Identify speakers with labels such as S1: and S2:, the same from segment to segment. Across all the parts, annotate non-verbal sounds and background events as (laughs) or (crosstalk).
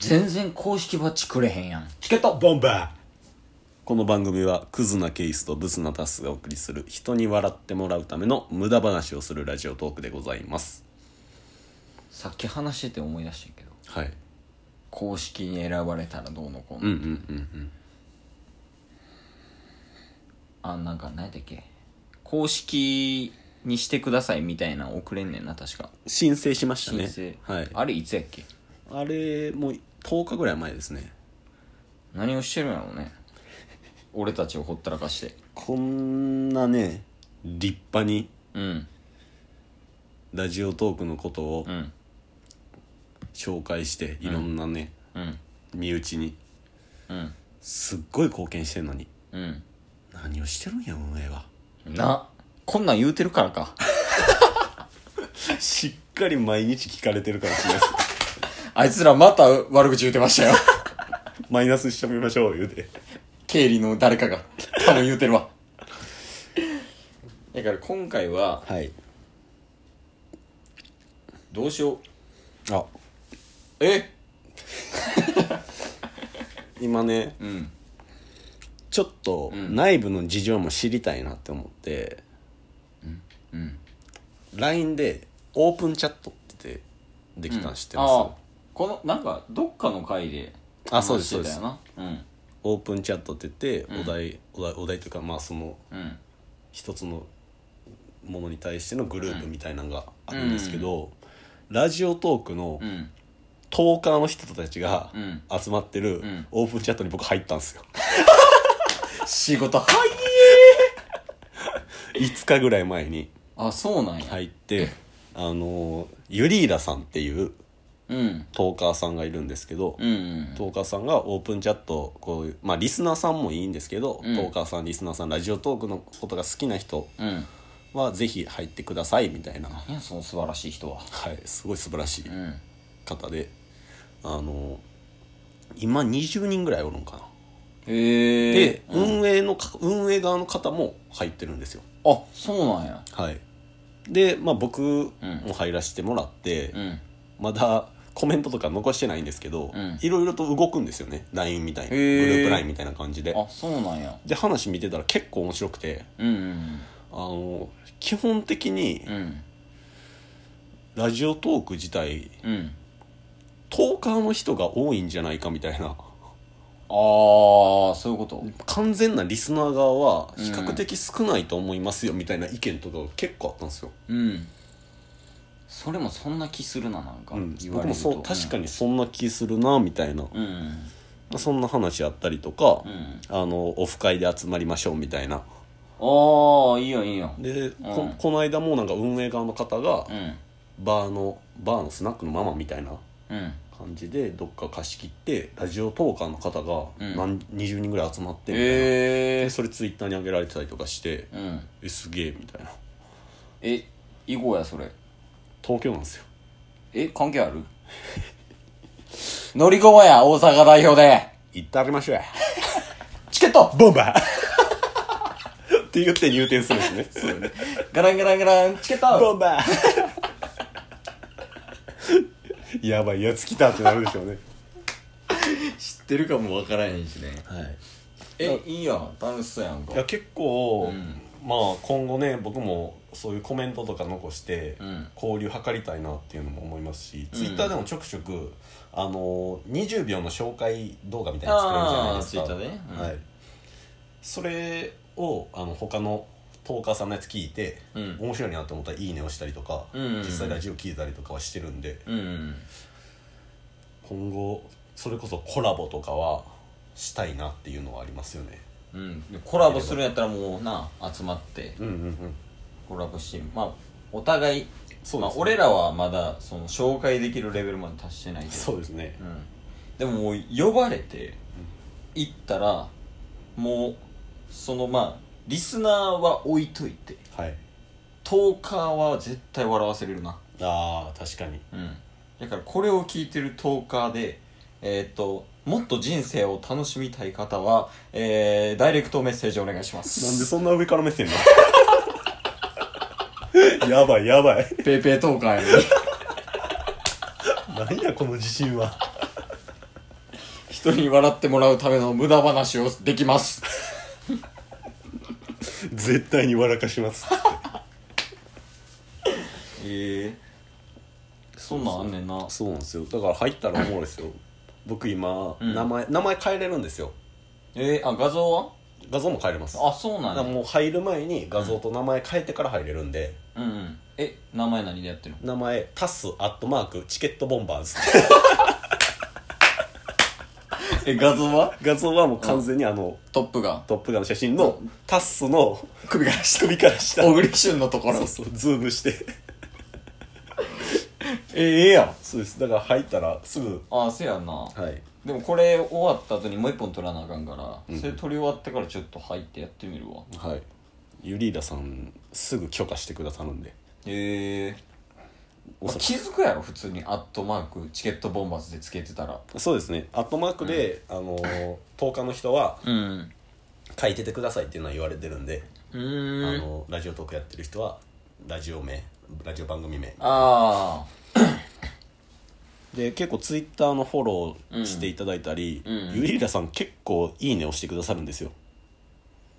S1: 全然公式バッジくれへんやん
S2: チケットボンバ
S3: この番組はクズなケースとブスなタスがお送りする人に笑ってもらうための無駄話をするラジオトークでございます
S1: さっき話してて思い出したけど
S3: はい
S1: 公式に選ばれたらどうのこう
S3: う
S1: の、
S3: んうんうんうん
S1: あなんか何やったっけ公式にしてくださいみたいなの送れんねんな確か
S3: 申請しました
S1: 申
S3: ね
S1: 請、
S3: はい、あ
S1: あれいつやっけ
S3: れもう10日ぐらい前ですね
S1: 何をしてるんやろうね俺たちをほったらかして
S3: こんなね立派に
S1: うん
S3: ラジオトークのことを
S1: うん
S3: 紹介して、いろんなね、
S1: うん
S3: 身内に
S1: うん
S3: すっごい貢献してんのに
S1: うん
S3: 何をしてるんやお前は
S1: なこんなん言うてるからか
S3: (laughs) しっかり毎日聞かれてるかもしれないです
S1: あいつらまた悪口言うてましたよ
S3: マイナスしてみましょう言うて
S1: 経理の誰かが多分言うてるわだから今回は
S3: はい
S1: どうしよう
S3: あ
S1: え
S3: 今ね
S1: うん
S3: ちょっと内部の事情も知りたいなって思って、
S1: うん
S3: LINE でオープンチャットってできたん知ってます、
S1: ああこのなんかどっかの回で
S3: あそうです
S1: 話してたよなうん
S3: オープンチャットって言って、
S1: ん
S3: お題お題お題というかまあその
S1: うん
S3: 一つのものに対してのグループみたいなのがあるんですけど、ラジオトークの
S1: うん
S3: トーカーの人たちが
S1: うん
S3: 集まってる
S1: ん
S3: オープンチャットに僕入ったんですよ
S1: 仕事はい
S3: 5日ぐらい前に
S1: あそうなんや、
S3: 入ってあのユリーラさんっていう
S1: うん
S3: トーカーさんがいるんですけど、
S1: うんうん
S3: トーカーさんがオープンチャットこういう、まあ、リスナーさんもいいんですけど、
S1: うん
S3: トーカーさんリスナーさんラジオトークのことが好きな人
S1: うん
S3: はぜひ入ってくださいみたいな、
S1: 何やその素晴らしい人は
S3: はい、すごい素晴らしい
S1: うん
S3: 方で、あの今20人ぐらいおるんかな
S1: へえ
S3: で、運営のか運営側の方も入ってるんですよ
S1: あそうなんや
S3: はいで、まあ、僕も入らせてもらって、
S1: うん
S3: まだコメントとか残してないんですけど、
S1: うん
S3: いろいろと動くんですよね LINE みたいなグル
S1: へー
S3: ープ LINE みたいな感じで
S1: あそうなんや
S3: で話見てたら結構面白くて
S1: うんうん
S3: あの基本的に
S1: うん
S3: ラジオトーク自体
S1: うん
S3: トーカーの人が多いんじゃないかみたいな
S1: ああそういうこと
S3: 完全なリスナー側は比較的少ないと思いますよみたいな意見とかが結構あったんですよ、
S1: うんそれもそんな気するななんか、
S3: うん
S1: 言わ
S3: 僕
S1: れる
S3: も
S1: と
S3: そう確かにそんな気するなみたいな、
S1: うんうん
S3: そんな話あったりとか、
S1: うん
S3: あのオフ会で集まりましょうみたいな
S1: ああいいよいいよ
S3: で、こ
S1: うん
S3: この間もなんか運営側の方が
S1: うん
S3: バーのバーのスナックのママみたいな
S1: うん
S3: 感じでどっか貸し切ってラジオトーカーの方が
S1: うん
S3: 何、20人ぐらい集まってみたいな、
S1: え
S3: で
S1: え
S3: それツイッターに上げられてたりとかして
S1: うん
S3: えすげえみたいな
S1: え以後やそれ
S3: 東京なんですよ
S1: え関係ある乗り込もうや大阪代表で
S3: 行ってあげましょうや
S1: チケット
S3: ボンバーって言って入店するんですね
S1: ガランガランガランチケッ
S3: ボ
S1: ト
S3: ンバー (laughs) やばいやつ来たってなるでしょうね
S1: 知ってるかもわからへんしね
S3: はい
S1: えいいやん楽しそうやん
S3: い
S1: か
S3: や結構、
S1: うん
S3: まあ今後ね僕もそういうコメントとか残して、
S1: うん
S3: 交流図りたいなっていうのも思いますし、ツイッターでもちょくちょくあの20秒の紹介動画みたいなの作れるじゃないですか
S1: あーツイッターでねうん
S3: はい、それをあの他のトーカーさんのやつ聞いて、
S1: うん
S3: 面白いなと思ったら「いいね」をしたりとか、
S1: うんうんうん
S3: 実際ラジオ聞いたりとかはしてるんで
S1: うん
S3: 今後それこそコラボとかはしたいなっていうのはありますよね
S1: うんコラボするんやったらもうな集まって
S3: うんうんうん
S1: コラボしてまあお互い
S3: そう
S1: まあ
S3: ですね
S1: 俺らはまだその紹介できるレベルまで達してないけど
S3: そうですね、
S1: うん、でももう呼ばれて行ったらもうそのまあリスナーは置いといて
S3: はい
S1: トーカーは絶対笑わせれるな
S3: ああ確かに
S1: うんだからこれを聞いてるトーカーでえーっともっと人生を楽しみたい方は、えーダイレクトメッセージお願いします
S3: なんでそんな上から目線な (laughs) のやばいやばい
S1: ペーペートーカーやのに
S3: なんやこの自信は
S1: (laughs) 人に笑ってもらうための無駄話をできます。
S3: 絶対に笑かします
S1: ええそんなんあんねんな。
S3: そうなんですよだから入ったらおもろいですよ僕今、
S1: うん
S3: 名前名前変えれるんですよ
S1: えー、あ、画像は
S3: 画像も変えれます
S1: あ、そうなん
S3: だか
S1: や。
S3: らもう入る前に画像と名前変えてから入れるんで、
S1: うんうん。え、名前何でやってるの
S3: 名前タスアットマークチケットボンバーズ
S1: え、画像は
S3: (laughs) 画像はもう完全にあの、
S1: トップが。
S3: トップガンの写真のタッスの
S1: 首から下。
S3: 首から下
S1: 小栗旬のところ
S3: そう。そうズームして (laughs)
S1: えええやん。
S3: そうですだから入ったらすぐ
S1: あ、せやんな。
S3: はい
S1: でもこれ終わった後にもう一本取らなあかんから、
S3: ん
S1: それ取り終わってからちょっと入ってやってみるわ。
S3: はいユリーダさんすぐ許可してくださるんで
S1: ええ
S3: おそらく
S1: 気づくやろ普通にアットマークチケットボンバーズでつけてたら
S3: そうですねアットマークで、あのー10日の人は
S1: うん
S3: 書いててくださいっていうのは言われてるんで、
S1: う
S3: あ
S1: ーん
S3: のラジオトークやってる人はラジオ名ラジオ番組名
S1: ああ
S3: で結構ツイッターのフォローしていただいたり、
S1: うん
S3: ユリーダさん結構いいねをしてくださるんですよ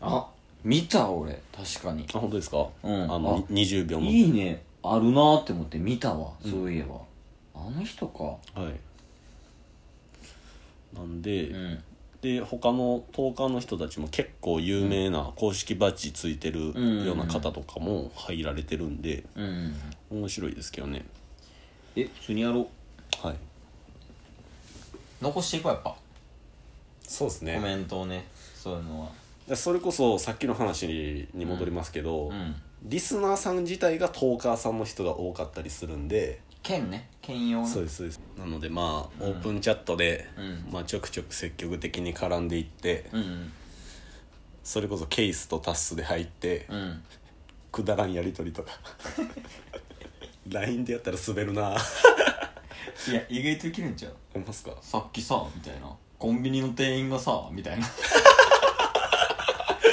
S1: あ見た俺確かに
S3: あ本当ですか、
S1: うん
S3: あの
S1: あ
S3: 20秒も
S1: いいねあるなーって思って見たわそういえば、あの人か
S3: はいなんで、
S1: うん
S3: で他のトーカーの人たちも結構有名な公式バッジついてる
S1: ん
S3: ような方とかも入られてるんで
S1: うん
S3: 面白いですけどね
S1: え普通にやろう
S3: はい
S1: 残していこうやっぱ
S3: そうです
S1: コ
S3: ね
S1: メントをねそういうのは
S3: それこそさっきの話に戻りますけど、
S1: うん
S3: リスナーさん自体がトーカーさんの人が多かったりするんで
S1: 剣ね剣用ね
S3: そうですそうですなのでまあオープンチャットで、
S1: うん
S3: まあ、ちょくちょく積極的に絡んでいって、
S1: うん
S3: それこそケースとタッスで入って、
S1: うんうん
S3: くだらんやり取りとか (laughs) LINE でやったら滑るな
S1: いや意外といけるんちゃう
S3: 思いますか
S1: さっきさみたいなコンビニの店員がさみたいな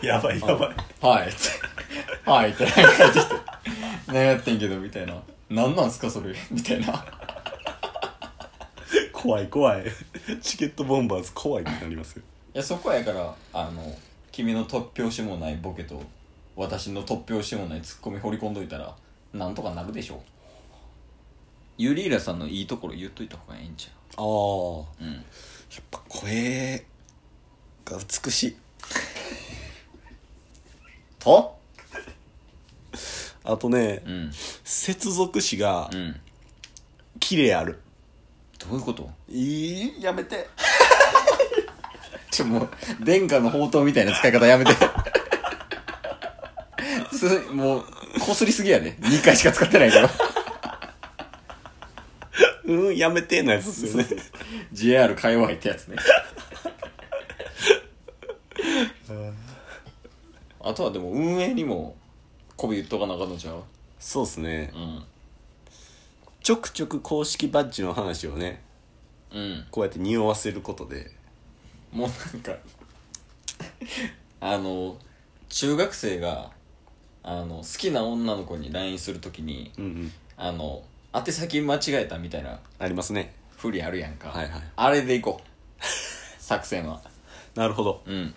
S3: やばいやばい
S1: (laughs) はい。はい。ってなんか帰ってきて。何やってんけど、みたいな。何なんすか、それ。みたいな。
S3: 怖い怖いチケットボンバーズ怖いってなりますよ
S1: いや、そこやから、あの、君の突拍子もないボケと、私の突拍子もないツッコミ掘り込んどいたら、なんとかなるでしょう。ユリーラさんのいいところ言っといた方がいいんちゃ
S3: ああ
S1: ううん。
S3: やっぱ声が美しい
S1: と
S3: あとね、
S1: うん。
S3: 接続詞が
S1: うん。
S3: キレある、
S1: どういうこと
S3: いいやめて
S1: ちょ、もう、殿下の宝刀みたいな使い方やめ (laughs) て。それもう、こすりすぎやね。2回しか使ってないから。
S3: うんやめてのやつですよね
S1: JR 界隈ってやつねあとはでも運営にも媚び言っとかなあかんのちゃう
S3: そうですね
S1: うん
S3: ちょくちょく公式バッジの話をね
S1: うん
S3: こうやって匂わせることで
S1: もうなんかあの中学生があの好きな女の子に LINE するときに
S3: うんうん
S1: あの宛先間違えたみたいな
S3: ありますね
S1: ふりあるやんか、
S3: はいはい
S1: あれでいこう作戦は
S3: なるほど
S1: うん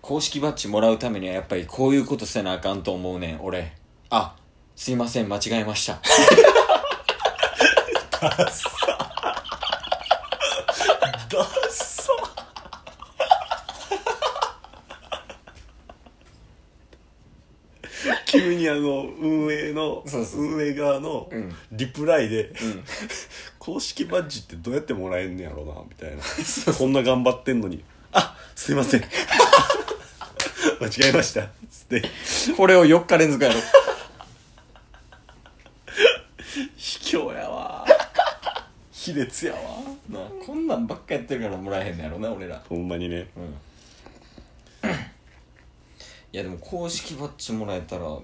S1: 公式バッジもらうためにはやっぱりこういうことせなあかんと思うねん俺あすいません間違えました (laughs)
S3: ダッサ (laughs) 急にあの運営の
S1: そうそうそう
S3: 運営側の
S1: うん
S3: リプライで、
S1: ん
S3: (laughs) 公式バッジってどうやってもらえんねやろうなみ
S1: (laughs)
S3: たいなこんな頑張ってんのに「あすいません (laughs) 間違えました」つって
S1: これを4日連続やろ
S3: 「卑怯やわ卑劣やわ
S1: なあこんなんばっかやってるからもらえへんのやろな俺ら」
S3: ほんまにね
S1: うんいやでも公式バッジもらえたらめ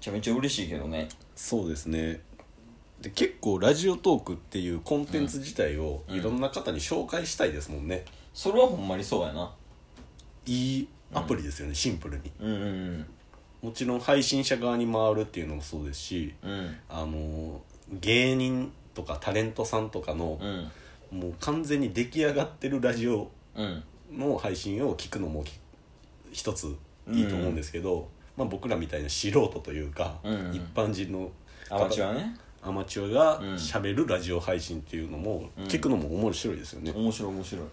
S1: ちゃめちゃ嬉しいけどね
S3: そうですねで結構ラジオトークっていうコンテンツ自体をいろんな方に紹介したいですもんね、
S1: それはほんまにそうやない
S3: いアプリですよね、シンプルに
S1: うんうん
S3: もちろん配信者側に回るっていうのもそうですし
S1: うんうん
S3: あのー芸人とかタレントさんとかの
S1: う、ん
S3: もう完全に出来上がってるラジオ
S1: うん
S3: の配信を聞くのもき一ついいと思うんですけど、まあ、僕らみたいな素人というか、
S1: うんうん
S3: 一般人の
S1: アマチュアね
S3: アマチュアが
S1: うん
S3: 喋るラジオ配信っていうのも、
S1: うん
S3: 聞くのも面白いですよね、っ
S1: 面白い面白い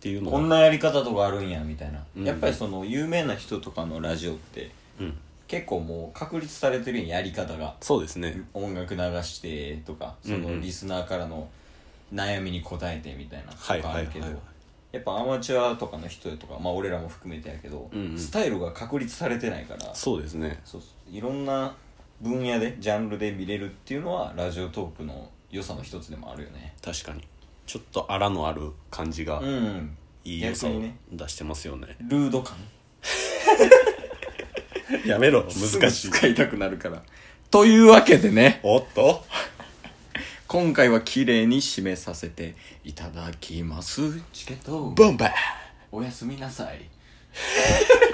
S3: ていうの
S1: こ
S3: が
S1: んなやり方とかあるんやみたいな、
S3: うん
S1: やっぱりその有名な人とかのラジオって
S3: うん、
S1: 結構もう確立されてるんややり方が
S3: そうですね
S1: 音楽流してとかそ
S3: うんう
S1: の
S3: ん
S1: リスナーからの悩みに答えてみたいな
S3: はい
S1: とかあるけど
S3: はいはいはい
S1: やっぱアマチュアとかの人とかまあ俺らも含めてやけど、
S3: うんうん
S1: スタイルが確立されてないから
S3: そうですね
S1: そうそういろんな分野でジャンルで見れるっていうのはラジオトークの良さの一つでもあるよね
S3: 確かにちょっと荒のある感じが
S1: うん
S3: いい良さ
S1: 逆
S3: を
S1: にね
S3: 出してますよね
S1: ルード感
S3: やめろ
S1: すぐ使いたくなるからというわけでね
S3: おっと
S1: 今回は綺麗に締めさせていただきますチケット
S3: ボンバー
S1: おやすみなさい